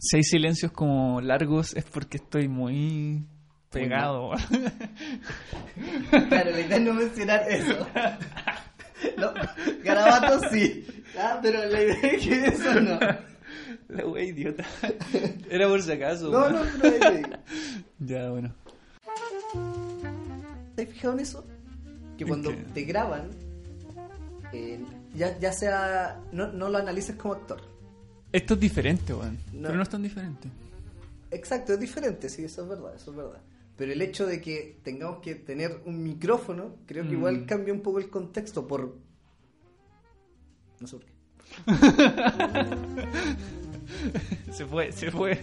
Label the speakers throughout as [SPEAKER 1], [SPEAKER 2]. [SPEAKER 1] Seis silencios como largos es porque estoy muy pegado.
[SPEAKER 2] Claro, la idea es no mencionar eso. No, garabatos sí, Ah, pero la idea es que eso no.
[SPEAKER 1] La wea idiota. Era por si acaso.
[SPEAKER 2] No,
[SPEAKER 1] weón.
[SPEAKER 2] no, no. no.
[SPEAKER 1] Ya, bueno.
[SPEAKER 2] ¿Te has fijado en eso? Que cuando
[SPEAKER 1] qué?
[SPEAKER 2] te graban, eh, ya, ya sea. No, no lo analices como actor.
[SPEAKER 1] Esto es diferente, weón.
[SPEAKER 2] No.
[SPEAKER 1] Pero no es tan diferente.
[SPEAKER 2] Exacto, es diferente, sí, eso es verdad, eso es verdad. Pero el hecho de que tengamos que tener un micrófono, creo que igual cambia un poco el contexto por... No sé por qué.
[SPEAKER 1] Se fue, se fue.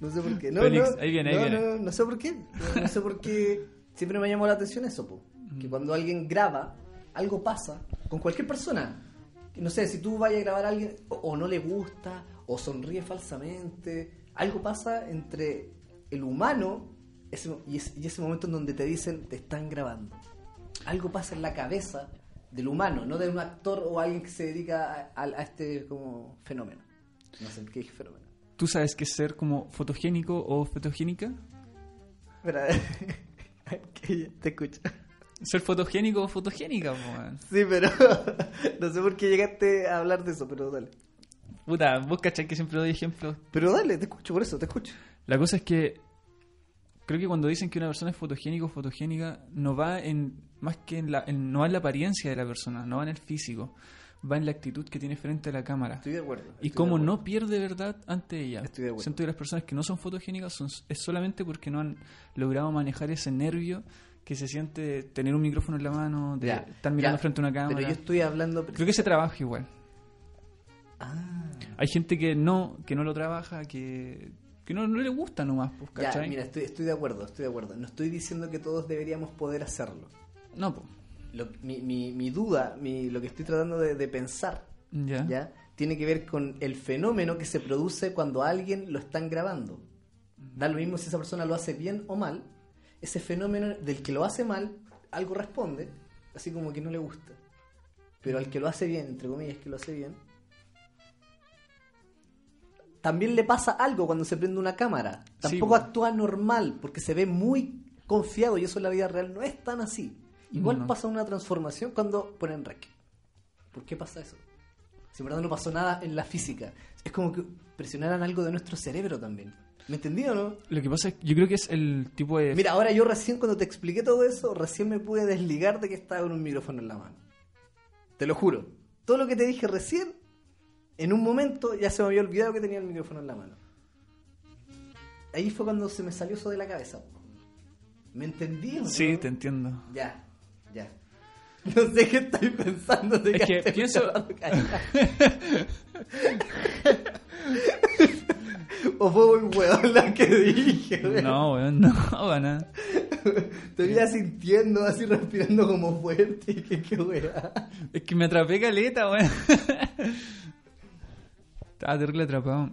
[SPEAKER 2] No sé por qué. No,
[SPEAKER 1] Félix,
[SPEAKER 2] no,
[SPEAKER 1] ahí viene, ahí
[SPEAKER 2] no,
[SPEAKER 1] viene.
[SPEAKER 2] No, no sé por qué. No, no sé por qué. Siempre me llamó la atención eso, po. que
[SPEAKER 1] Mm.
[SPEAKER 2] cuando alguien graba, algo pasa con cualquier persona. No sé, si tú vas a grabar a alguien o, o no le gusta, o sonríe falsamente, algo pasa entre el humano ese mo- y, es- y ese momento en donde te dicen te están grabando. Algo pasa en la cabeza del humano, no de un actor o alguien que se dedica a, a- a este como fenómeno. No sé qué dije fenómeno.
[SPEAKER 1] ¿Tú sabes qué es ser como fotogénico o fotogénica?
[SPEAKER 2] Espera, que te escucho.
[SPEAKER 1] Ser fotogénico o fotogénica, po, weón.
[SPEAKER 2] Sí, pero no sé por qué llegaste a hablar de eso, pero dale.
[SPEAKER 1] Puta, vos cachai que siempre doy ejemplos
[SPEAKER 2] Pero dale, te escucho, por eso, te escucho.
[SPEAKER 1] La cosa es que creo que cuando dicen que una persona es fotogénica o fotogénica, no va en más que en la, en- no va en la apariencia de la persona, no va en el físico, va en la actitud que tiene frente a la cámara.
[SPEAKER 2] Estoy de acuerdo.
[SPEAKER 1] Y
[SPEAKER 2] estoy
[SPEAKER 1] cómo
[SPEAKER 2] de acuerdo.
[SPEAKER 1] no pierde verdad ante ella.
[SPEAKER 2] Estoy de acuerdo.
[SPEAKER 1] Siento que las personas que no son fotogénicas son, es solamente porque no han logrado manejar ese nervio que se siente de tener un micrófono en la mano, de
[SPEAKER 2] Ya,
[SPEAKER 1] estar mirando
[SPEAKER 2] ya,
[SPEAKER 1] frente a una cámara.
[SPEAKER 2] Pero yo estoy hablando.
[SPEAKER 1] Creo que se trabaja igual.
[SPEAKER 2] Ah.
[SPEAKER 1] Hay gente que no, que no lo trabaja, que, que no, no le gusta nomás, pues,
[SPEAKER 2] Ya,
[SPEAKER 1] ¿cachai?
[SPEAKER 2] mira, estoy, estoy de acuerdo, estoy de acuerdo. No estoy diciendo que todos deberíamos poder hacerlo.
[SPEAKER 1] No, pues.
[SPEAKER 2] Lo- mi, mi- mi duda, mi- lo que estoy tratando de, de pensar,
[SPEAKER 1] Ya.
[SPEAKER 2] ¿ya? Tiene que ver con el fenómeno que se produce cuando a alguien lo están grabando. Da lo mismo si esa persona lo hace bien o mal. Ese fenómeno del que lo hace mal, algo responde, así como que no le gusta. Pero al que lo hace bien, entre comillas, que lo hace bien, también le pasa algo cuando se prende una cámara.
[SPEAKER 1] Sí,
[SPEAKER 2] Tampoco
[SPEAKER 1] po.
[SPEAKER 2] actúa normal, porque se ve muy confiado y eso en la vida real no es tan así. Igual
[SPEAKER 1] No.
[SPEAKER 2] pasa una transformación cuando ponen rec. ¿Por qué pasa eso? Si en verdad no pasó nada en la física. Es como que presionaran algo de nuestro cerebro también. ¿Me entendí o no?
[SPEAKER 1] Lo que pasa es que yo creo que es el tipo de.
[SPEAKER 2] Mira, ahora yo recién cuando te expliqué todo eso, recién me pude desligar de que estaba con un micrófono en la mano. Te lo juro. Todo lo que te dije recién, en un momento ya se me había olvidado que tenía el micrófono en la mano. Ahí fue cuando se me salió eso de la cabeza. ¿Me entendí? o no?
[SPEAKER 1] sí, te entiendo.
[SPEAKER 2] Ya, ya. No sé qué estoy pensando. te
[SPEAKER 1] Es que
[SPEAKER 2] caché,
[SPEAKER 1] pienso-
[SPEAKER 2] me estaba cagando. o fue un hueón la que dije. weón.
[SPEAKER 1] No, weón, no, para nada.
[SPEAKER 2] Te veía sintiendo, así respirando como fuerte. que qué weá.
[SPEAKER 1] Es que me atrapé caleta, weón. Estaba terrible atrapado.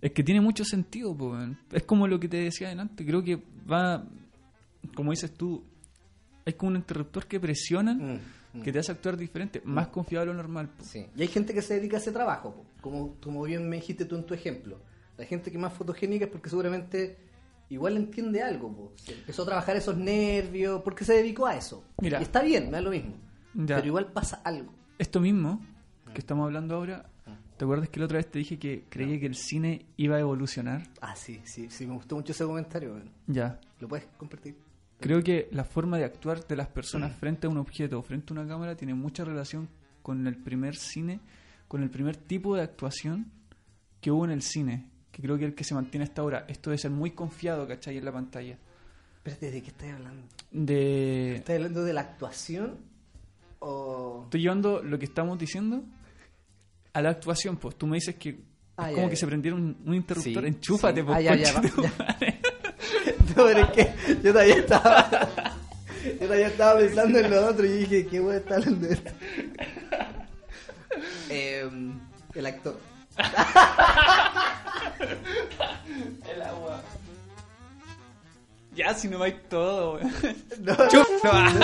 [SPEAKER 1] Es que tiene mucho sentido, po, weón. Es como lo que te decía adelante. Creo que va. Como dices tú, hay como un interruptor que presionan que te hace actuar diferente, más confiado a lo normal. po.
[SPEAKER 2] Sí. Y hay gente que se dedica a ese trabajo, po. como, como bien me dijiste tú en tu ejemplo. La gente que es más fotogénica es porque seguramente igual entiende algo. po. Se Empezó a trabajar esos nervios, porque se dedicó a eso.
[SPEAKER 1] Mira.
[SPEAKER 2] Y está bien, no es lo mismo.
[SPEAKER 1] Ya.
[SPEAKER 2] Pero igual pasa algo.
[SPEAKER 1] Esto mismo que estamos hablando ahora, ¿te acuerdas que la otra vez te dije que creía que el cine iba a evolucionar?
[SPEAKER 2] Ah, sí, sí, sí, me gustó mucho ese comentario. weón.
[SPEAKER 1] Ya.
[SPEAKER 2] ¿Lo puedes compartir?
[SPEAKER 1] Creo que la forma de actuar de las
[SPEAKER 2] Mm.
[SPEAKER 1] personas frente a un objeto o frente a una cámara tiene mucha relación con el primer cine, con el primer tipo de actuación que hubo en el cine, que creo que es el que se mantiene hasta ahora. Esto de ser muy confiado, ¿cachai? En la pantalla.
[SPEAKER 2] Espérate, ¿de qué estás hablando?
[SPEAKER 1] De...
[SPEAKER 2] ¿Estás hablando de la actuación? ¿O
[SPEAKER 1] Estoy llevando lo que estamos diciendo a la actuación, pues tú me dices que
[SPEAKER 2] Ah,
[SPEAKER 1] es
[SPEAKER 2] ya,
[SPEAKER 1] como
[SPEAKER 2] ya.
[SPEAKER 1] que se prendiera un, un interruptor.
[SPEAKER 2] Sí,
[SPEAKER 1] Enchúfate,
[SPEAKER 2] sí.
[SPEAKER 1] po,
[SPEAKER 2] Ah, ya, ya,
[SPEAKER 1] concha
[SPEAKER 2] va,
[SPEAKER 1] tu
[SPEAKER 2] ya.
[SPEAKER 1] madre.
[SPEAKER 2] No, pero es que yo todavía estaba. Yo todavía estaba pensando en lo otro y dije, qué bueno está hablando de esto. Em, el actor.
[SPEAKER 1] Ya, si no vais todo, weón.
[SPEAKER 2] No,
[SPEAKER 1] Chúfate.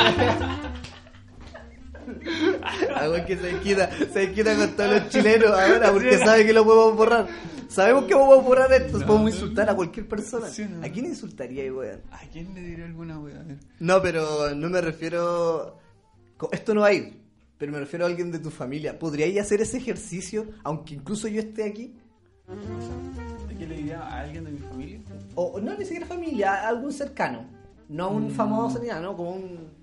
[SPEAKER 2] algo Ah, que se quita, se quita con todos los chilenos ahora porque sabe que lo podemos borrar. Sabemos que podemos borrar esto, podemos insultar a cualquier persona.
[SPEAKER 1] Sí, no.
[SPEAKER 2] ¿A quién insultaría, weón?
[SPEAKER 1] ¿A quién le diré alguna weá? A ver.
[SPEAKER 2] No, pero no me refiero. co- Esto no va a ir, pero me refiero a alguien de tu familia. ¿Podríais hacer ese ejercicio, aunque incluso yo esté aquí?
[SPEAKER 1] ¿A quién le diría a alguien de mi familia?
[SPEAKER 2] O o no ni siquiera familia, a algún cercano. No a un famoso ni nada, ¿no? Como un.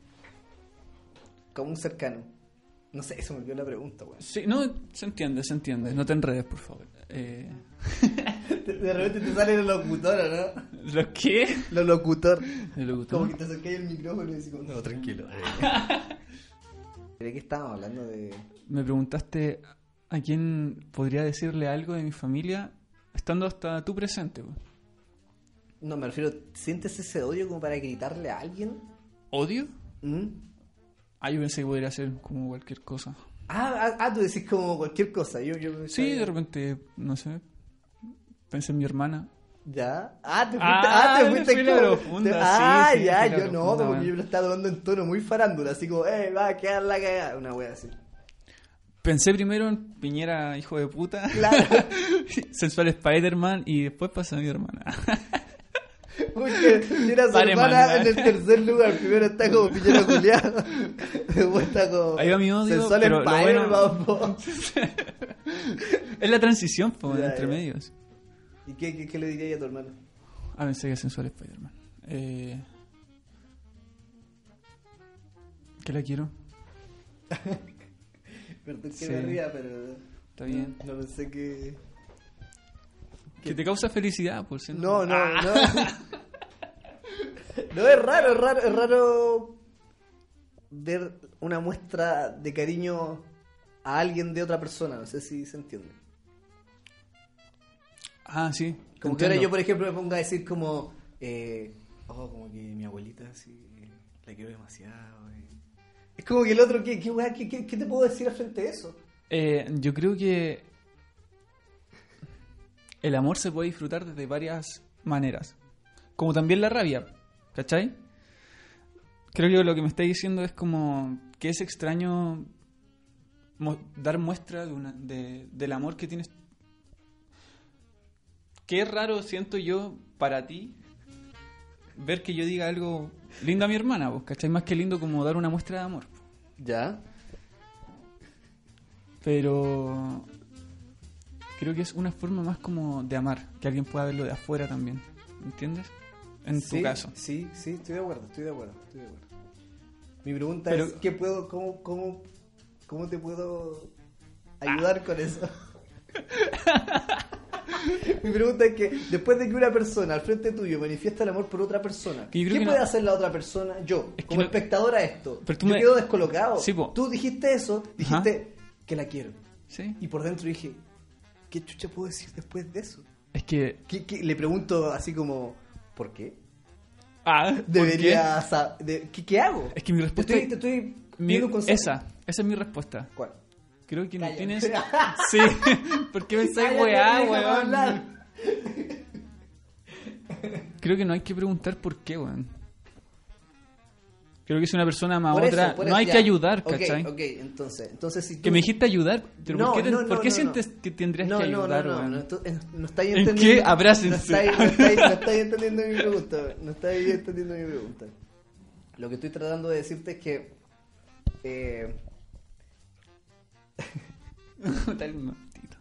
[SPEAKER 2] Como un cercano. No sé, se me olvidó la pregunta, weón.
[SPEAKER 1] Sí, no, se entiende, se entiende. No te enredes, por favor. Eh,
[SPEAKER 2] De- De repente te sale el locutor, ¿no?
[SPEAKER 1] ¿Los qué?
[SPEAKER 2] Los locutor.
[SPEAKER 1] ¿Los locutor?
[SPEAKER 2] Como que te acercáis el micrófono y decís, como, no, tranquilo. ¿De qué estábamos hablando? De.
[SPEAKER 1] Me preguntaste a quién podría decirle algo de mi familia estando hasta tú presente. po.
[SPEAKER 2] No, me refiero, ¿sientes ese odio como para gritarle a alguien?
[SPEAKER 1] ¿Odio?
[SPEAKER 2] ¿Mm?
[SPEAKER 1] Ah, yo pensé que podría ser como cualquier cosa.
[SPEAKER 2] Ah, ah, ah, tú decís como cualquier cosa. Yo, yo pensaba-
[SPEAKER 1] Sí, de repente, no sé. Pensé en mi hermana.
[SPEAKER 2] Ya. Ah, te fuiste,
[SPEAKER 1] Ah,
[SPEAKER 2] ah, te
[SPEAKER 1] me
[SPEAKER 2] fuiste
[SPEAKER 1] fui la
[SPEAKER 2] como-
[SPEAKER 1] profunda,
[SPEAKER 2] te-
[SPEAKER 1] sí,
[SPEAKER 2] ah,
[SPEAKER 1] sí, me
[SPEAKER 2] ya,
[SPEAKER 1] fui la
[SPEAKER 2] yo no,
[SPEAKER 1] profunda,
[SPEAKER 2] como
[SPEAKER 1] man.
[SPEAKER 2] que yo lo estaba tomando en tono muy farándula, así como, eh, va a quedar la cagada. Una wea así.
[SPEAKER 1] Pensé primero en Piñera, hijo de puta.
[SPEAKER 2] Claro.
[SPEAKER 1] Sensual Spider-Man y después pasó a mi hermana.
[SPEAKER 2] Porque era su
[SPEAKER 1] Pare,
[SPEAKER 2] hermana
[SPEAKER 1] man,
[SPEAKER 2] en el tercer lugar. Primero está como Piñera Culeado. Después está como.
[SPEAKER 1] Ahí va mi odio,
[SPEAKER 2] Sensual
[SPEAKER 1] pero lo bueno-
[SPEAKER 2] Spider-Man, po.
[SPEAKER 1] es la transición, po,
[SPEAKER 2] Ya,
[SPEAKER 1] entre
[SPEAKER 2] ya.
[SPEAKER 1] medios.
[SPEAKER 2] ¿Y qué, qué, qué le dirías a tu hermano?
[SPEAKER 1] Ah, pensé que sensual Spider-Man. Eh... ¿Qué la quiero?
[SPEAKER 2] Perdón que
[SPEAKER 1] Sí.
[SPEAKER 2] me ría, pero.
[SPEAKER 1] Está bien.
[SPEAKER 2] No, no pensé que.
[SPEAKER 1] Que te causa felicidad, por cierto.
[SPEAKER 2] No, no, no. No, es raro, es raro, es raro ver una muestra de cariño a alguien de otra persona, no sé si se entiende.
[SPEAKER 1] Ah, sí. te
[SPEAKER 2] Como que ahora yo,
[SPEAKER 1] entiendo.
[SPEAKER 2] por ejemplo, me ponga a decir como, eh, oh, como que mi abuelita, sí, la quiero demasiado. eh. Es como que el otro, ¿qué, qué, weá, qué, qué- qué te puedo decir al frente de eso?
[SPEAKER 1] Eh, yo creo que el amor se puede disfrutar desde varias maneras. Como también la rabia, ¿cachai? Creo que lo que me estáis diciendo es como que es extraño mo- dar muestra de una- de- del amor que tienes. Qué raro siento yo para ti ver que yo diga algo lindo a mi hermana, vos, ¿cachai? Más que lindo como dar una muestra de amor.
[SPEAKER 2] Ya.
[SPEAKER 1] Pero creo que es una forma más como de amar, que alguien pueda verlo de afuera también. ¿Entiendes? En tu caso.
[SPEAKER 2] Sí, sí, estoy de acuerdo, estoy de acuerdo, estoy de acuerdo. Mi pregunta
[SPEAKER 1] Pero-
[SPEAKER 2] es, ¿qué puedo, cómo, cómo, cómo te puedo
[SPEAKER 1] Ah.
[SPEAKER 2] ayudar con eso? Mi pregunta es que después de que una persona al frente tuyo manifiesta el amor por otra persona,
[SPEAKER 1] Que yo
[SPEAKER 2] ¿qué
[SPEAKER 1] creo
[SPEAKER 2] puede
[SPEAKER 1] que no-
[SPEAKER 2] hacer la otra persona? Yo,
[SPEAKER 1] Es que
[SPEAKER 2] como
[SPEAKER 1] no-
[SPEAKER 2] espectador a esto,
[SPEAKER 1] Pero tú
[SPEAKER 2] yo
[SPEAKER 1] me-
[SPEAKER 2] quedo descolocado.
[SPEAKER 1] Sí, po.
[SPEAKER 2] Tú dijiste eso, dijiste que la quiero.
[SPEAKER 1] Sí.
[SPEAKER 2] Y por dentro dije, ¿qué chucha puedo decir después de eso?
[SPEAKER 1] Es que.
[SPEAKER 2] ¿Qué- qué? Le pregunto así como, ¿por qué?
[SPEAKER 1] Ah, ¿por qué?
[SPEAKER 2] Debería saber. de- ¿qué, qué hago?
[SPEAKER 1] Es que mi respuesta
[SPEAKER 2] Te estoy,
[SPEAKER 1] es-
[SPEAKER 2] te estoy
[SPEAKER 1] Mi-
[SPEAKER 2] pidiendo un consejo.
[SPEAKER 1] esa, esa es mi respuesta.
[SPEAKER 2] ¿Cuál?
[SPEAKER 1] Creo que no
[SPEAKER 2] Cállate.
[SPEAKER 1] tienes. Sí. ¿Por qué pensáis,
[SPEAKER 2] Cállate,
[SPEAKER 1] weá,
[SPEAKER 2] déjame
[SPEAKER 1] weón?
[SPEAKER 2] hablar.
[SPEAKER 1] Creo que no hay que preguntar por qué, weón. Creo que si una persona ama a
[SPEAKER 2] Por
[SPEAKER 1] otra,
[SPEAKER 2] eso, por
[SPEAKER 1] no
[SPEAKER 2] eso,
[SPEAKER 1] hay
[SPEAKER 2] ya.
[SPEAKER 1] que ayudar,
[SPEAKER 2] Ok,
[SPEAKER 1] ¿cachai?
[SPEAKER 2] Ok, entonces, entonces si tú...
[SPEAKER 1] Que me dijiste ayudar, pero
[SPEAKER 2] No,
[SPEAKER 1] ¿por qué, te-
[SPEAKER 2] no, no,
[SPEAKER 1] por qué
[SPEAKER 2] no,
[SPEAKER 1] sientes
[SPEAKER 2] no.
[SPEAKER 1] que tendrías
[SPEAKER 2] No,
[SPEAKER 1] que
[SPEAKER 2] no,
[SPEAKER 1] ayudar,
[SPEAKER 2] no, no,
[SPEAKER 1] weón?
[SPEAKER 2] no, tú- eh, no estáis
[SPEAKER 1] ¿En
[SPEAKER 2] entendiendo...
[SPEAKER 1] qué? Abrácense.
[SPEAKER 2] No estáis, no estáis- no estáis entendiendo mi pregunta. No estáis entendiendo mi pregunta. Lo que estoy tratando de decirte es que... eh,
[SPEAKER 1] Tal maldito.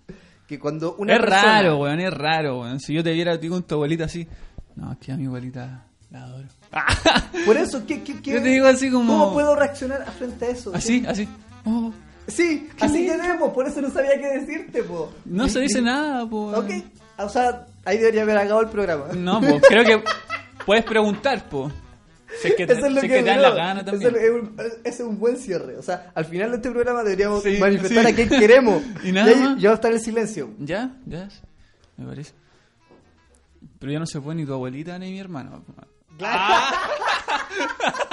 [SPEAKER 2] que cuando una
[SPEAKER 1] es
[SPEAKER 2] persona...
[SPEAKER 1] raro, weón, es raro, weón. Si yo te viera a ti con tu abuelita así, no, es que a mi abuelita la adoro.
[SPEAKER 2] Por eso, ¿qué, qué, qué-
[SPEAKER 1] Yo te digo así como-
[SPEAKER 2] ¿Cómo puedo reaccionar frente a eso?
[SPEAKER 1] así, así. Oh,
[SPEAKER 2] Sí,
[SPEAKER 1] Qué
[SPEAKER 2] así
[SPEAKER 1] lindo.
[SPEAKER 2] tenemos, por eso no sabía qué decirte, po.
[SPEAKER 1] no se dice nada, po.
[SPEAKER 2] Ok,
[SPEAKER 1] weón.
[SPEAKER 2] o sea, ahí debería haber acabado el programa.
[SPEAKER 1] No, po, creo que puedes preguntar, po. Si es que, te-
[SPEAKER 2] Eso es lo
[SPEAKER 1] si es
[SPEAKER 2] que
[SPEAKER 1] que te dan
[SPEAKER 2] creo.
[SPEAKER 1] la gana
[SPEAKER 2] Eso
[SPEAKER 1] también.
[SPEAKER 2] es un- Ese es un buen cierre. O sea, al final de este programa deberíamos
[SPEAKER 1] Sí,
[SPEAKER 2] manifestar
[SPEAKER 1] sí.
[SPEAKER 2] a quién queremos.
[SPEAKER 1] Y nada
[SPEAKER 2] ahí
[SPEAKER 1] más.
[SPEAKER 2] ya va a estar el silencio.
[SPEAKER 1] Ya, ya, me parece. Pero ya no se puede ni tu abuelita ni mi hermano. Ah.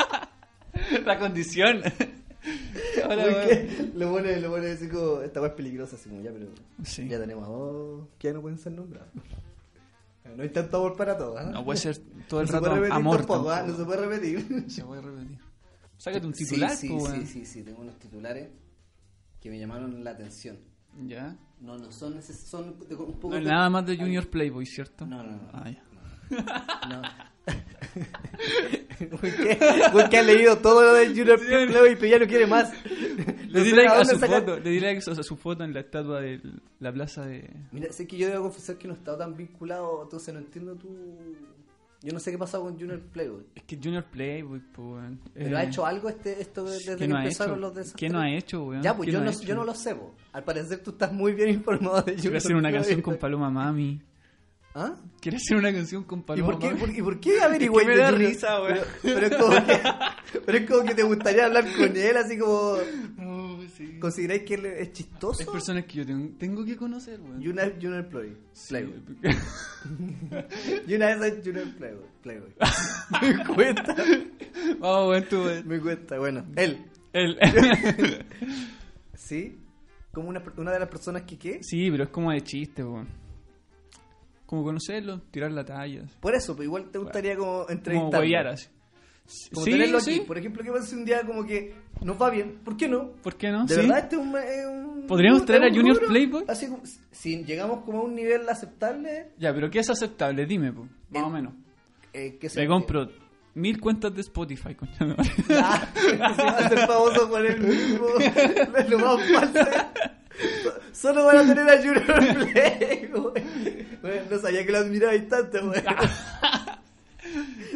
[SPEAKER 1] La condición. Ahora, weón.
[SPEAKER 2] Porque lo bueno es, lo bueno es así como, esta weá es peligrosa, así como ya, pero
[SPEAKER 1] Sí.
[SPEAKER 2] ya tenemos a dos que ya no pueden ser nombrados. No hay tanto amor para todos, ¿ah?
[SPEAKER 1] No puede ser todo el
[SPEAKER 2] No se
[SPEAKER 1] rato
[SPEAKER 2] puede repetir
[SPEAKER 1] amor.
[SPEAKER 2] tampoco, ¿ah?
[SPEAKER 1] tampoco.
[SPEAKER 2] No se puede repetir.
[SPEAKER 1] Se puede repetir. Sácate un titular,
[SPEAKER 2] sí,
[SPEAKER 1] po,
[SPEAKER 2] sí,
[SPEAKER 1] weón.
[SPEAKER 2] sí, sí, sí, tengo unos titulares que me llamaron la atención.
[SPEAKER 1] Ya.
[SPEAKER 2] No, no, son, neces- son de- un poco...
[SPEAKER 1] No hay nada más de Junior Playboy, ¿cierto?
[SPEAKER 2] No, no, no.
[SPEAKER 1] Ah, ya.
[SPEAKER 2] No. Porque ha leído todo lo de Junior Playboy, pero ya no quiere más.
[SPEAKER 1] Le
[SPEAKER 2] No
[SPEAKER 1] di
[SPEAKER 2] sé
[SPEAKER 1] like
[SPEAKER 2] a
[SPEAKER 1] a
[SPEAKER 2] dónde
[SPEAKER 1] su
[SPEAKER 2] sacar-
[SPEAKER 1] foto, le di like a su- a su foto en la estatua de la plaza de...
[SPEAKER 2] Mira, sé que yo debo confesar que no he estado tan vinculado, entonces no entiendo tu... Yo no sé qué pasó con Junior Playboy.
[SPEAKER 1] Es que Junior Playboy, po, weón.
[SPEAKER 2] ¿Pero
[SPEAKER 1] Eh,
[SPEAKER 2] ha hecho algo este, esto de- desde
[SPEAKER 1] ¿qué
[SPEAKER 2] que
[SPEAKER 1] no ha
[SPEAKER 2] empezaron
[SPEAKER 1] hecho?
[SPEAKER 2] los desastres?
[SPEAKER 1] ¿Qué no ha hecho, weón?
[SPEAKER 2] Ya, pues
[SPEAKER 1] ¿Qué
[SPEAKER 2] yo
[SPEAKER 1] no
[SPEAKER 2] no,
[SPEAKER 1] ha hecho?
[SPEAKER 2] yo no lo sé, po. Al parecer tú estás muy bien informado de Junior
[SPEAKER 1] Quiero hacer una
[SPEAKER 2] Playboy.
[SPEAKER 1] canción con Paloma Mami.
[SPEAKER 2] ¿Ah?
[SPEAKER 1] Quiero hacer una canción con
[SPEAKER 2] ¿Y
[SPEAKER 1] Paloma
[SPEAKER 2] por qué,
[SPEAKER 1] Mami.
[SPEAKER 2] por, y por qué averigüé
[SPEAKER 1] Es que me
[SPEAKER 2] de
[SPEAKER 1] da
[SPEAKER 2] Junior?
[SPEAKER 1] risa, weón.
[SPEAKER 2] pero, pero es como que, pero es como que te gustaría hablar con él, así como...
[SPEAKER 1] No, Oh, pues sí.
[SPEAKER 2] ¿Consideráis que él es
[SPEAKER 1] Es
[SPEAKER 2] chistoso?
[SPEAKER 1] personas que yo tengo, tengo que conocer, weón.
[SPEAKER 2] Junior, Junior Playboy.
[SPEAKER 1] Sí,
[SPEAKER 2] Playboy.
[SPEAKER 1] porque-
[SPEAKER 2] Y una vez es Junior Playboy. Playboy. me cuesta.
[SPEAKER 1] Vamos, Oh, weón, tú, weón.
[SPEAKER 2] Me cuesta, bueno. Él.
[SPEAKER 1] El-
[SPEAKER 2] ¿Sí? Como una, per- una de las personas que qué.
[SPEAKER 1] sí, pero es como de chiste, weón. Como conocerlo, tirar la talla. así.
[SPEAKER 2] Por eso, pero igual te gustaría como
[SPEAKER 1] Como
[SPEAKER 2] entrevistarlo.
[SPEAKER 1] huellar así.
[SPEAKER 2] Como
[SPEAKER 1] sí,
[SPEAKER 2] tenerlo aquí.
[SPEAKER 1] sí.
[SPEAKER 2] Por ejemplo, que pasa si un día como que nos va bien. ¿Por qué no?
[SPEAKER 1] ¿Por qué no?
[SPEAKER 2] De
[SPEAKER 1] Ah, Sí.
[SPEAKER 2] verdad, este es un... es un-
[SPEAKER 1] ¿Podríamos
[SPEAKER 2] es
[SPEAKER 1] traer a
[SPEAKER 2] un
[SPEAKER 1] Junior
[SPEAKER 2] rubro.
[SPEAKER 1] Playboy?
[SPEAKER 2] Así como- si llegamos como a un nivel aceptable...
[SPEAKER 1] Ya, pero ¿qué es aceptable? Dime, po, más
[SPEAKER 2] El-
[SPEAKER 1] o menos.
[SPEAKER 2] Eh, que se-
[SPEAKER 1] Me compro mil cuentas de Spotify, coño. de madre.
[SPEAKER 2] Ah, se va a hacer famoso por él mismo. Es lo más falso. Solo van a tener a Junior Play, güey. Güey, No sabía que lo admirabais tanto, güey.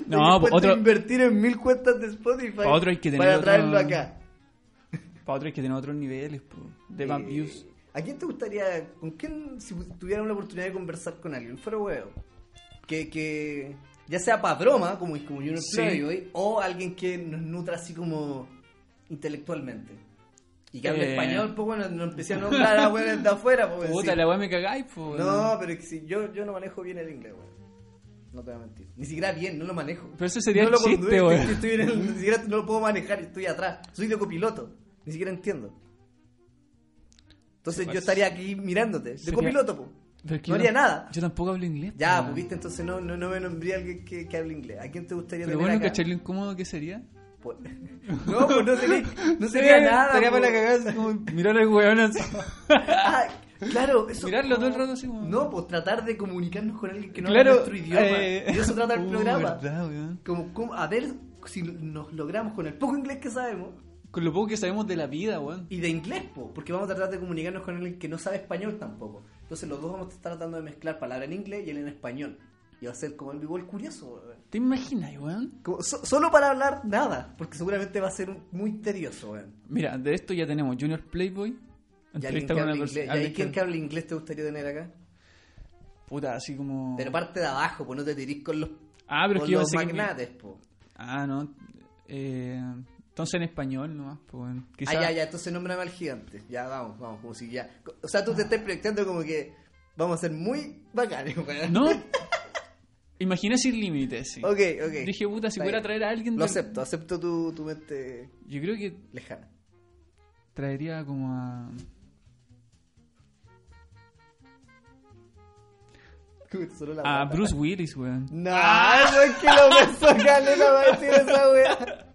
[SPEAKER 1] No,
[SPEAKER 2] Después de
[SPEAKER 1] otro,
[SPEAKER 2] invertir en mil cuentas de Spotify.
[SPEAKER 1] Otro hay que tener
[SPEAKER 2] Para
[SPEAKER 1] otro-
[SPEAKER 2] traerlo acá.
[SPEAKER 1] para otro hay que tener otros niveles, po, de más
[SPEAKER 2] Eh,
[SPEAKER 1] views.
[SPEAKER 2] ¿A quién te gustaría, con quién, si tuvieran la oportunidad de conversar con alguien, fuera huevo? Que, que ya sea para broma, como, como Junior
[SPEAKER 1] Sí.
[SPEAKER 2] Playboy, o alguien que nos nutra así como intelectualmente. Y que hable
[SPEAKER 1] Eh.
[SPEAKER 2] español, pues bueno, no empecé a nombrar a huevos de afuera, pues
[SPEAKER 1] Puta,
[SPEAKER 2] sí.
[SPEAKER 1] la weá me cagáis, po.
[SPEAKER 2] No, pero es que si, yo, yo no manejo bien el inglés, weón. No te voy a mentir. Ni siquiera bien, no lo manejo.
[SPEAKER 1] Pero ese sería
[SPEAKER 2] No
[SPEAKER 1] el
[SPEAKER 2] lo
[SPEAKER 1] chiste,
[SPEAKER 2] conduzco,
[SPEAKER 1] weón.
[SPEAKER 2] estoy- estoy en el- Ni siquiera no lo puedo manejar, estoy atrás. Soy de copiloto. Ni siquiera entiendo. Entonces yo estaría aquí mirándote. De
[SPEAKER 1] Sería-
[SPEAKER 2] copiloto, po.
[SPEAKER 1] Pero es que
[SPEAKER 2] No
[SPEAKER 1] yo
[SPEAKER 2] haría
[SPEAKER 1] tam-
[SPEAKER 2] nada.
[SPEAKER 1] Yo tampoco hablo inglés.
[SPEAKER 2] Ya,
[SPEAKER 1] po.
[SPEAKER 2] pues viste, entonces no, no, no me nombré a alguien que, que hable inglés. ¿A quién te gustaría
[SPEAKER 1] Pero
[SPEAKER 2] tener
[SPEAKER 1] bueno,
[SPEAKER 2] acá?
[SPEAKER 1] ¿cachai lo incómodo que sería?
[SPEAKER 2] Pues- No, pues no sería, no sería nada.
[SPEAKER 1] Estaría
[SPEAKER 2] po.
[SPEAKER 1] para la cagada, así como mirar al weón así.
[SPEAKER 2] Ah, claro, eso.
[SPEAKER 1] Mirarlo todo el rato así como-
[SPEAKER 2] No, pues tratar de comunicarnos con alguien que no
[SPEAKER 1] Claro,
[SPEAKER 2] habla nuestro idioma.
[SPEAKER 1] eh,
[SPEAKER 2] Y eso trata el
[SPEAKER 1] uh,
[SPEAKER 2] programa.
[SPEAKER 1] verdad, weón.
[SPEAKER 2] como, como- a ver si nos logramos con el poco inglés que sabemos
[SPEAKER 1] Con lo poco que sabemos de la vida, weón.
[SPEAKER 2] y de inglés, po, porque vamos a tratar de comunicarnos con alguien que no sabe español tampoco. Entonces los dos vamos a estar tratando de mezclar palabras en inglés y él en español. Y va a ser como el vivo el curioso. weón.
[SPEAKER 1] ¿Te imaginas, weón?
[SPEAKER 2] Como so- solo para hablar nada, porque seguramente va a ser un- muy tedioso. weón.
[SPEAKER 1] Mira, de esto ya tenemos Junior Playboy.
[SPEAKER 2] Y alguien
[SPEAKER 1] Entrevista
[SPEAKER 2] que
[SPEAKER 1] con una
[SPEAKER 2] hable inglés.
[SPEAKER 1] persona.
[SPEAKER 2] ¿Y ahí quién que hable inglés te gustaría tener acá?
[SPEAKER 1] Puta, así como.
[SPEAKER 2] Pero parte de abajo, pues no te tirís con los,
[SPEAKER 1] Ah, pero es
[SPEAKER 2] con
[SPEAKER 1] que yo
[SPEAKER 2] los
[SPEAKER 1] pensé que mi-
[SPEAKER 2] magnates, po.
[SPEAKER 1] Ah, no. Eh, entonces en español nomás, pues. weón. Quizá-
[SPEAKER 2] Ah, ya, ya, entonces nómbrame al gigante. Ya, vamos, vamos, como si ya. O sea, tú
[SPEAKER 1] Ah.
[SPEAKER 2] te estás proyectando como que vamos a ser muy bacanes, weón.
[SPEAKER 1] No. Imaginé sin límites, sí.
[SPEAKER 2] Ok, ok.
[SPEAKER 1] Dije, puta, si
[SPEAKER 2] Está
[SPEAKER 1] pudiera
[SPEAKER 2] bien.
[SPEAKER 1] traer a alguien.
[SPEAKER 2] Lo
[SPEAKER 1] de-
[SPEAKER 2] acepto, acepto tu, tu mente
[SPEAKER 1] Yo creo que
[SPEAKER 2] lejana.
[SPEAKER 1] traería como a.
[SPEAKER 2] Solo la
[SPEAKER 1] A
[SPEAKER 2] palabra.
[SPEAKER 1] Ah, Bruce Ah. Willis, weón.
[SPEAKER 2] No, no es que lo pensó Caleta va a decir esa weá.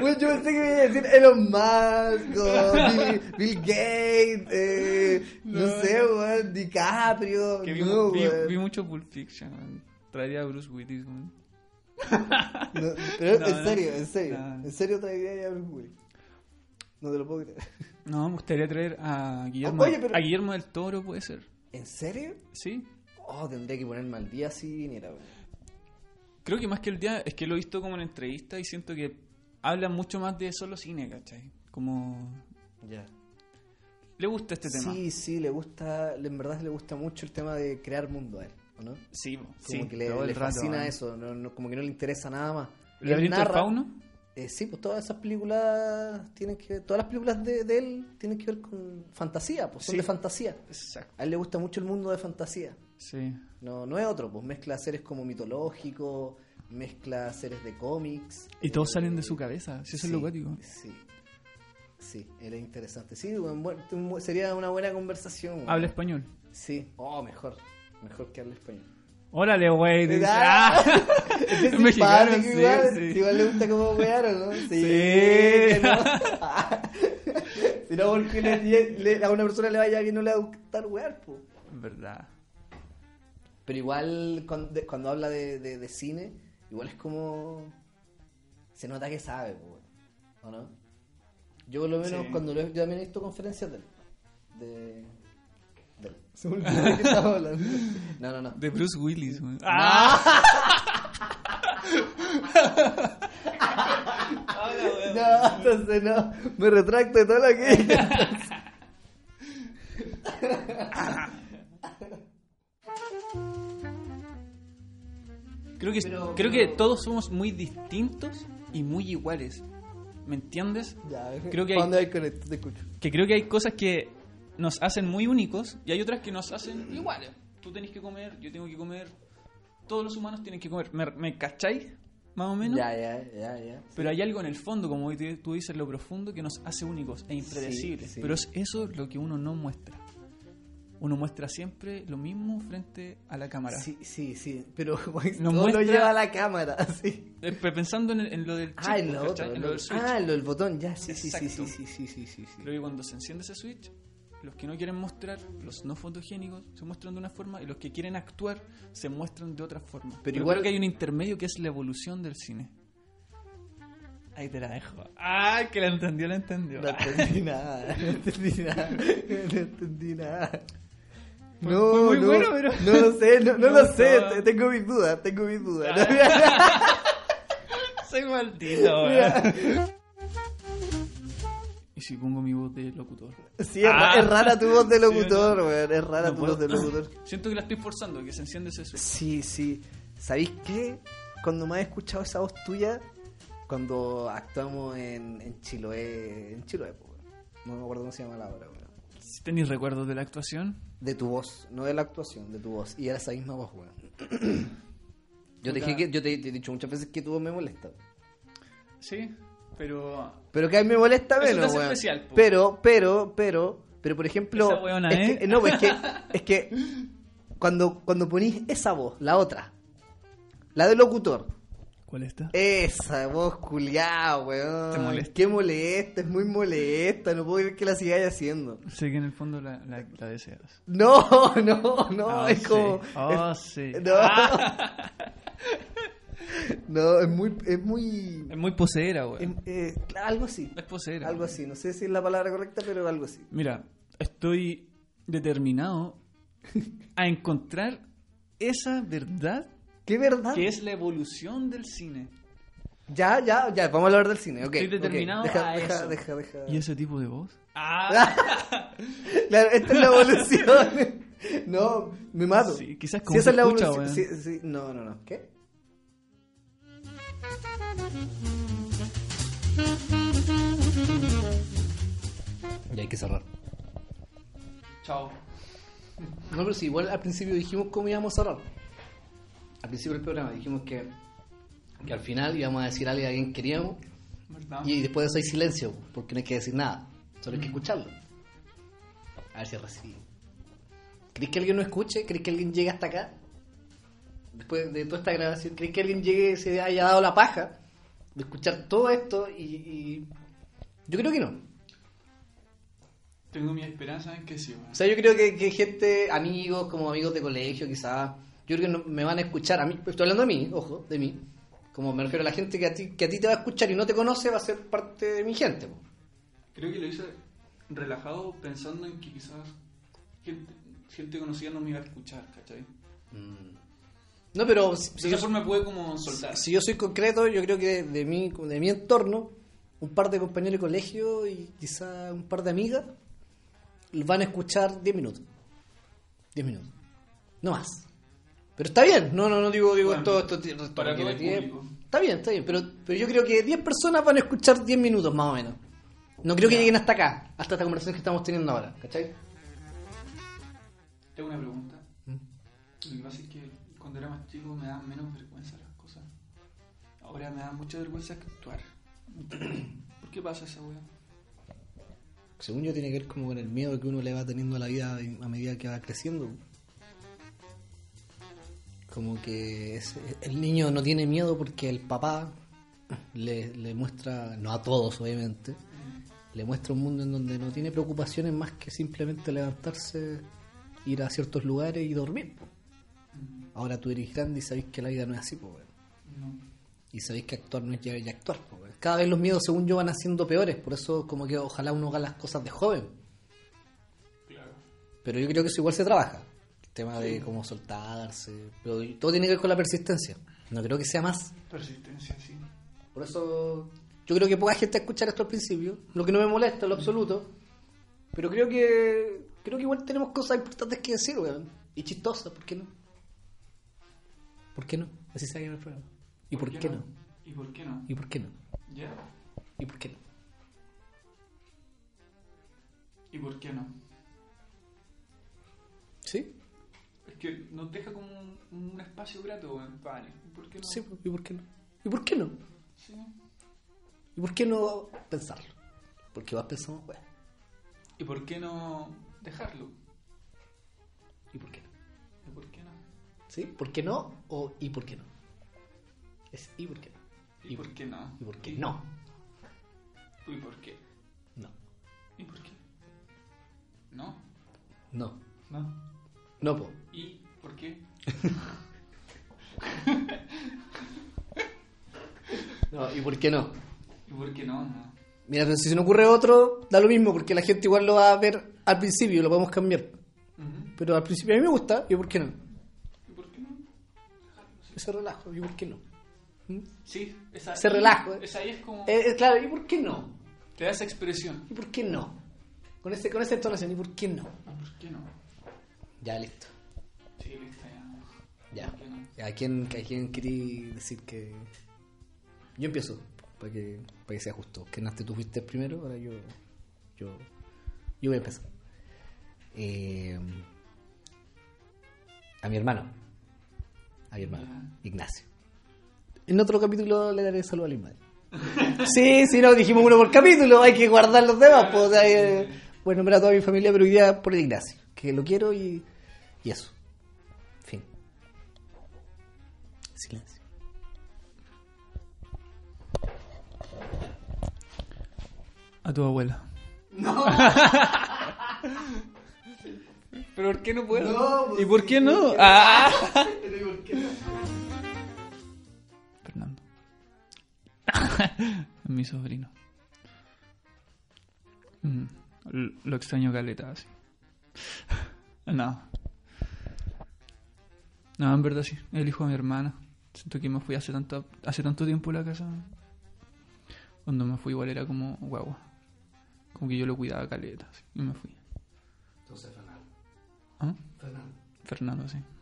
[SPEAKER 2] Bueno, yo pensé que me iba a decir Elon Musk, o Bill, Bill Gates, eh, no. sé, weón, DiCaprio.
[SPEAKER 1] Que vi,
[SPEAKER 2] no,
[SPEAKER 1] vi-
[SPEAKER 2] weón.
[SPEAKER 1] vi mucho Pulp Fiction, weón. Traería a Bruce Willis, weón.
[SPEAKER 2] No, pero
[SPEAKER 1] No,
[SPEAKER 2] en
[SPEAKER 1] no.
[SPEAKER 2] serio, en serio,
[SPEAKER 1] No.
[SPEAKER 2] en serio traería ya a Bruce Willis. No te lo puedo creer.
[SPEAKER 1] No, me gustaría traer a Guillermo,
[SPEAKER 2] Oye, pero-
[SPEAKER 1] a Guillermo del Toro, puede ser.
[SPEAKER 2] ¿En serio?
[SPEAKER 1] ¿Sí?
[SPEAKER 2] Oh, tendría que ponerme al día si viniera, weón.
[SPEAKER 1] Creo que más que el día, es que lo he visto como en entrevista y siento que habla mucho más de solo cine, ¿cachai? Como.
[SPEAKER 2] Ya.
[SPEAKER 1] Le gusta este tema.
[SPEAKER 2] Sí, sí, le gusta, le- en verdad le gusta mucho el tema de crear mundo a él, ¿o no? Como
[SPEAKER 1] Sí, po, sí,
[SPEAKER 2] que le,
[SPEAKER 1] todo el
[SPEAKER 2] le
[SPEAKER 1] rato,
[SPEAKER 2] fascina
[SPEAKER 1] weón.
[SPEAKER 2] eso, no, no- como que no le interesa nada más.
[SPEAKER 1] ¿El laberinto del
[SPEAKER 2] narra-
[SPEAKER 1] fauno?
[SPEAKER 2] Eh, sí, pues todas esas películas tienen que ver, todas las películas de, de él tienen que ver con fantasía, pues son
[SPEAKER 1] Sí.
[SPEAKER 2] de fantasía.
[SPEAKER 1] Exacto.
[SPEAKER 2] A él le gusta mucho el mundo de fantasía.
[SPEAKER 1] Sí.
[SPEAKER 2] No, no es otro, pues mezcla seres como mitológicos, mezcla seres de cómics.
[SPEAKER 1] Y todos salen de su cabeza, si eso es lo
[SPEAKER 2] digo
[SPEAKER 1] cuático.
[SPEAKER 2] Sí, sí, era interesante. Sí, weón, bueno, tú- mu- sería una buena conversación. weón.
[SPEAKER 1] Habla español.
[SPEAKER 2] Sí, oh, mejor, mejor que hable español.
[SPEAKER 1] Órale, güey. dice,
[SPEAKER 2] Ah.
[SPEAKER 1] ah.
[SPEAKER 2] Es
[SPEAKER 1] Es mexicano,
[SPEAKER 2] simpático
[SPEAKER 1] sí,
[SPEAKER 2] igual,
[SPEAKER 1] sí.
[SPEAKER 2] igual le gusta como wear, ¿o ¿no? Sí.
[SPEAKER 1] Sí.
[SPEAKER 2] ¿no? si no, porque le- le- a una persona le vaya bien, no le va a gustar wear, po.
[SPEAKER 1] Verdad.
[SPEAKER 2] Pero igual cuando, de- cuando habla de, de- de cine, igual es como... Se nota que sabe, po, weón. ¿o no? Yo por lo menos
[SPEAKER 1] Sí.
[SPEAKER 2] cuando lo he- yo también he visto conferencias de él. De... de él. Según yo, ¿de qué estaba hablando? No, no, no.
[SPEAKER 1] De Bruce Willis, güey. Ah.
[SPEAKER 2] No, entonces no. Me retracto de todo lo que dije.
[SPEAKER 1] Creo que,
[SPEAKER 2] Pero-
[SPEAKER 1] creo
[SPEAKER 2] pero-
[SPEAKER 1] que todos somos muy distintos y muy iguales. ¿Me entiendes?
[SPEAKER 2] Ya,
[SPEAKER 1] Creo que
[SPEAKER 2] ¿pa'
[SPEAKER 1] hay-
[SPEAKER 2] dónde vais con esto? Te escucho.
[SPEAKER 1] Que creo que hay cosas que nos hacen muy únicos y hay otras que nos hacen iguales. Tú tenés que comer, yo tengo que comer, todos los humanos tienen que comer. ¿Me, me cacháis? Más o menos.
[SPEAKER 2] Ya, eh, ya, ya, ya.
[SPEAKER 1] Pero hay algo en el fondo, como hoy te- tú dices, lo profundo, que nos hace únicos e impredecibles.
[SPEAKER 2] Sí, sí.
[SPEAKER 1] Pero es eso lo que uno no muestra. Uno muestra siempre lo mismo frente a la cámara.
[SPEAKER 2] Sí, sí, sí. Pero
[SPEAKER 1] Nos
[SPEAKER 2] no
[SPEAKER 1] muestra-
[SPEAKER 2] lo lleva a la cámara, sí.
[SPEAKER 1] Eh, pe- Pensando en, el- en lo del chip,
[SPEAKER 2] Ah, en lo
[SPEAKER 1] ¿cachai?
[SPEAKER 2] otro.
[SPEAKER 1] En
[SPEAKER 2] en
[SPEAKER 1] lo
[SPEAKER 2] lo-
[SPEAKER 1] del switch.
[SPEAKER 2] Ah, en lo del botón, ya, sí, sí, sí,
[SPEAKER 1] Exacto.
[SPEAKER 2] sí, sí, sí, sí, sí, sí.
[SPEAKER 1] Creo que cuando se enciende ese switch, los que no quieren mostrar, los no fotogénicos, se muestran de una forma y los que quieren actuar se muestran de otra forma. Pero,
[SPEAKER 2] igual-
[SPEAKER 1] igual que hay un intermedio que es la evolución del cine. Ahí te la dejo. Ah, que la entendió, la entendió.
[SPEAKER 2] No entendí nada, no entendí nada, no entendí nada.
[SPEAKER 1] Fue-
[SPEAKER 2] No,
[SPEAKER 1] fue muy
[SPEAKER 2] no,
[SPEAKER 1] bueno, pero-
[SPEAKER 2] no lo sé, no, no
[SPEAKER 1] No, Ah.
[SPEAKER 2] lo sé,
[SPEAKER 1] no.
[SPEAKER 2] te- tengo mis dudas, tengo mis dudas.
[SPEAKER 1] Soy maldito, weón. ¿Y si pongo mi voz de locutor?
[SPEAKER 2] Sí, es, ra-
[SPEAKER 1] Ah.
[SPEAKER 2] es rara tu voz de
[SPEAKER 1] Sí, ¿no?
[SPEAKER 2] locutor, weón, es
[SPEAKER 1] No
[SPEAKER 2] rara Ah, tu
[SPEAKER 1] puedo.
[SPEAKER 2] voz de locutor.
[SPEAKER 1] Siento que la estoy forzando, que se enciende ese switch.
[SPEAKER 2] Sí, sí. ¿Sabéis qué? Cuando más he escuchado esa voz tuya, cuando actuamos en, en Chiloé, en Chiloé, po, weón. no me acuerdo cómo se llama la obra, weón.
[SPEAKER 1] Si tenéis recuerdos de la actuación,
[SPEAKER 2] De tu voz, no de la actuación, de tu voz. Y era esa misma voz, weón. Yo te
[SPEAKER 1] Puta.
[SPEAKER 2] dije que, yo te, te he dicho muchas veces que tu voz me molesta.
[SPEAKER 1] sí, pero
[SPEAKER 2] Pero que a mí me molesta
[SPEAKER 1] Eso te
[SPEAKER 2] menos,
[SPEAKER 1] hace
[SPEAKER 2] weón.
[SPEAKER 1] especial, po.
[SPEAKER 2] Pero, pero, pero, pero por ejemplo.
[SPEAKER 1] Esa weona,
[SPEAKER 2] es
[SPEAKER 1] ¿eh?
[SPEAKER 2] que, no, pues es que, es que cuando, cuando ponís esa voz, la otra, la del locutor,
[SPEAKER 1] ¿Cuál está?
[SPEAKER 2] Eh. Esa voz culiada, weón.
[SPEAKER 1] Te molesta.
[SPEAKER 2] Qué molesta, es muy molesta. No puedo creer que la sigáis haciendo.
[SPEAKER 1] Sé que en el fondo la, la, la deseas.
[SPEAKER 2] No, no, no,
[SPEAKER 1] Ah,
[SPEAKER 2] es
[SPEAKER 1] sí.
[SPEAKER 2] como.
[SPEAKER 1] Ah,
[SPEAKER 2] es-
[SPEAKER 1] sí. Ah,
[SPEAKER 2] No. No, es muy. Es muy
[SPEAKER 1] Es muy poseera, güey.
[SPEAKER 2] es- eh, claro, algo así.
[SPEAKER 1] Es poseera.
[SPEAKER 2] Algo así. No sé si es la palabra correcta, pero algo así.
[SPEAKER 1] Mira, estoy determinado a encontrar esa verdad
[SPEAKER 2] ¿Qué verdad?
[SPEAKER 1] que es la evolución del cine.
[SPEAKER 2] Ya, ya, ya. Vamos a hablar del cine. ok,
[SPEAKER 1] Estoy
[SPEAKER 2] ok,
[SPEAKER 1] determinado
[SPEAKER 2] Deja,
[SPEAKER 1] a
[SPEAKER 2] deja,
[SPEAKER 1] eso.
[SPEAKER 2] deja, deja.
[SPEAKER 1] ¿Y ese tipo de voz? Ah,
[SPEAKER 2] Claro, esta es la evolución. No, me mato.
[SPEAKER 1] Sí, quizás como
[SPEAKER 2] si
[SPEAKER 1] se
[SPEAKER 2] esa es la
[SPEAKER 1] escucha,
[SPEAKER 2] evolución.
[SPEAKER 1] weón.
[SPEAKER 2] sí, sí, no, no, no. ¿Qué? Y hay que cerrar.
[SPEAKER 1] chao.
[SPEAKER 2] No, pero sí, igual al principio dijimos cómo íbamos a cerrar. Al principio del programa dijimos que, que al final íbamos a decir algo a alguien que queríamos
[SPEAKER 1] ¿Verdad?
[SPEAKER 2] y después de eso hay silencio, porque no hay que decir nada, solo hay que escucharlo. A ver si recibe. ¿Crees que alguien no escuche? ¿Crees que alguien llegue hasta acá? Después de toda esta grabación, ¿crees que alguien llegue y se haya dado la paja de escuchar todo esto? Y, y- yo creo que no.
[SPEAKER 1] Tengo mi esperanza en que sí, güey.
[SPEAKER 2] O sea, yo creo que, que gente, amigos, como amigos de colegio, quizás, yo creo que no- me van a escuchar. A mí, estoy hablando de mí, ojo, de mí. Como me refiero a la gente que a ti, que a ti te va a escuchar y no te conoce, va a ser parte de mi gente. po.
[SPEAKER 1] Creo que lo hice relajado pensando en que quizás gente, gente conocida no me iba a escuchar, ¿cachai?
[SPEAKER 2] No, pero si-
[SPEAKER 1] De
[SPEAKER 2] si
[SPEAKER 1] esa
[SPEAKER 2] yo-
[SPEAKER 1] forma pude como soltar.
[SPEAKER 2] Si yo soy concreto, yo creo que de mi, de mi entorno, un par de compañeros de colegio y quizá un par de amigas van a escuchar 10 minutos. 10 minutos. No más. Pero está bien. No, no, no digo, digo
[SPEAKER 1] Bueno,
[SPEAKER 2] esto, esto, esto
[SPEAKER 1] para
[SPEAKER 2] requiere
[SPEAKER 1] todo el
[SPEAKER 2] tiempo.
[SPEAKER 1] público.
[SPEAKER 2] Está bien, está bien, pero, pero yo creo que 10 personas van a escuchar 10 minutos más o menos. No creo que lleguen hasta acá, hasta esta conversación que estamos teniendo ahora, ¿cachai?
[SPEAKER 3] Tengo una pregunta.
[SPEAKER 2] ¿Mm?
[SPEAKER 3] Lo que pasa es que cuando era más chico me daban menos vergüenza las cosas. Ahora me da mucha vergüenza actuar. ¿Por qué pasa esa weá?
[SPEAKER 2] Según yo tiene que ver como con el miedo que uno le va teniendo a la vida a medida que va creciendo. Como que es- el niño no tiene miedo porque el papá le, le muestra, no a todos obviamente, le muestra un mundo en donde no tiene preocupaciones más que simplemente levantarse, ir a ciertos lugares y dormir. po. Ahora tú eres grande y sabéis que la vida no es así, pues.
[SPEAKER 3] No.
[SPEAKER 2] Y sabéis que actuar no es llegar y actuar. po, weón. Cada vez los miedos, según yo, van haciendo peores. Por eso, como que ojalá uno haga las cosas de joven. Pero yo creo que eso igual se trabaja. El tema de cómo soltarse. Pero todo tiene que ver con la persistencia. No creo que sea más.
[SPEAKER 3] Persistencia, sí.
[SPEAKER 2] Por eso, yo creo que poca gente escucha esto al principio. Lo que no me molesta en lo absoluto. Pero creo que creo que igual tenemos cosas importantes que decir, weón. Y chistosas, ¿por qué no? ¿Por qué no? Así se va a llamar el programa. ¿Y por, qué no?
[SPEAKER 3] ¿Y por qué no?
[SPEAKER 2] ¿Y por qué no?
[SPEAKER 3] ¿Ya?
[SPEAKER 2] ¿Y por qué no?
[SPEAKER 3] ¿Y por qué no?
[SPEAKER 2] ¿Sí?
[SPEAKER 3] Es que nos deja como un, un espacio grato, weón. Vale. ¿Por qué no?
[SPEAKER 2] Sí, ¿y por qué no? ¿Y por qué no?
[SPEAKER 3] Sí.
[SPEAKER 2] ¿Y por qué no pensarlo? Porque vas pensando, weón.
[SPEAKER 3] ¿Y por qué no dejarlo?
[SPEAKER 2] ¿Y por qué no?
[SPEAKER 3] ¿Y por qué no?
[SPEAKER 2] ¿Sí? ¿Por qué no? O ¿y por qué no? Es ¿y por qué no?
[SPEAKER 3] ¿Y, por qué no?
[SPEAKER 2] ¿Y por qué no?
[SPEAKER 3] ¿Y por qué?
[SPEAKER 2] No.
[SPEAKER 3] ¿Y por qué? ¿No?
[SPEAKER 2] No.
[SPEAKER 3] ¿No?
[SPEAKER 2] No, po.
[SPEAKER 3] ¿Y por qué?
[SPEAKER 2] No, ¿y por qué no?
[SPEAKER 3] ¿Y por qué no? no?
[SPEAKER 2] Mira, pero si se nos ocurre otro, da lo mismo, porque la gente igual lo va a ver al principio, lo podemos cambiar.
[SPEAKER 3] Ujú.
[SPEAKER 2] Pero al principio a mí me gusta, ¿y por qué no?
[SPEAKER 3] ¿Y por qué no?
[SPEAKER 2] Ese relajo, ¿y por qué no?
[SPEAKER 3] Sí, esa,
[SPEAKER 2] Se relaja, eh.
[SPEAKER 3] Esa ahí es como.
[SPEAKER 2] Eh, eh, claro, ¿y por qué no?
[SPEAKER 3] Te da esa expresión.
[SPEAKER 2] ¿Y por qué no? Con, ese, con esa entonación, ¿y por qué no?
[SPEAKER 3] ¿Y por qué no?
[SPEAKER 2] Ya, listo.
[SPEAKER 3] Sí, está ya.
[SPEAKER 2] Ya. ¿A quién, ¿A quién querí decir que.? Yo empiezo, para que, para que sea justo. Que naste tú fuiste primero, ahora yo. Yo, yo voy a empezar. Eh, a mi hermano. A mi hermano, Ignacio. En otro capítulo le daré saludo a mi madre. Sí, sí, no, dijimos uno por capítulo, hay que guardar los demás. Pues, o sea, eh, voy a nombrar a toda mi familia, pero hoy día por el Ignacio, que lo quiero y, y eso. Fin. Silencio.
[SPEAKER 3] A tu abuela. No. ¿Pero por qué no puedo?
[SPEAKER 2] pues
[SPEAKER 3] ¿Y por qué no? ¡Ah! Fernando. Mi sobrino. Mm, l- Lo extraño caleta, así. No. No, en verdad sí. El hijo de mi hermana. Siento que me fui hace tanto, hace tanto tiempo a la casa. Cuando me fui igual era como guagua. Como que yo lo cuidaba caleta. así, y me fui.
[SPEAKER 2] Entonces, Fernando.
[SPEAKER 3] ¿Ah?
[SPEAKER 2] Fernando.
[SPEAKER 3] Fernando, sí.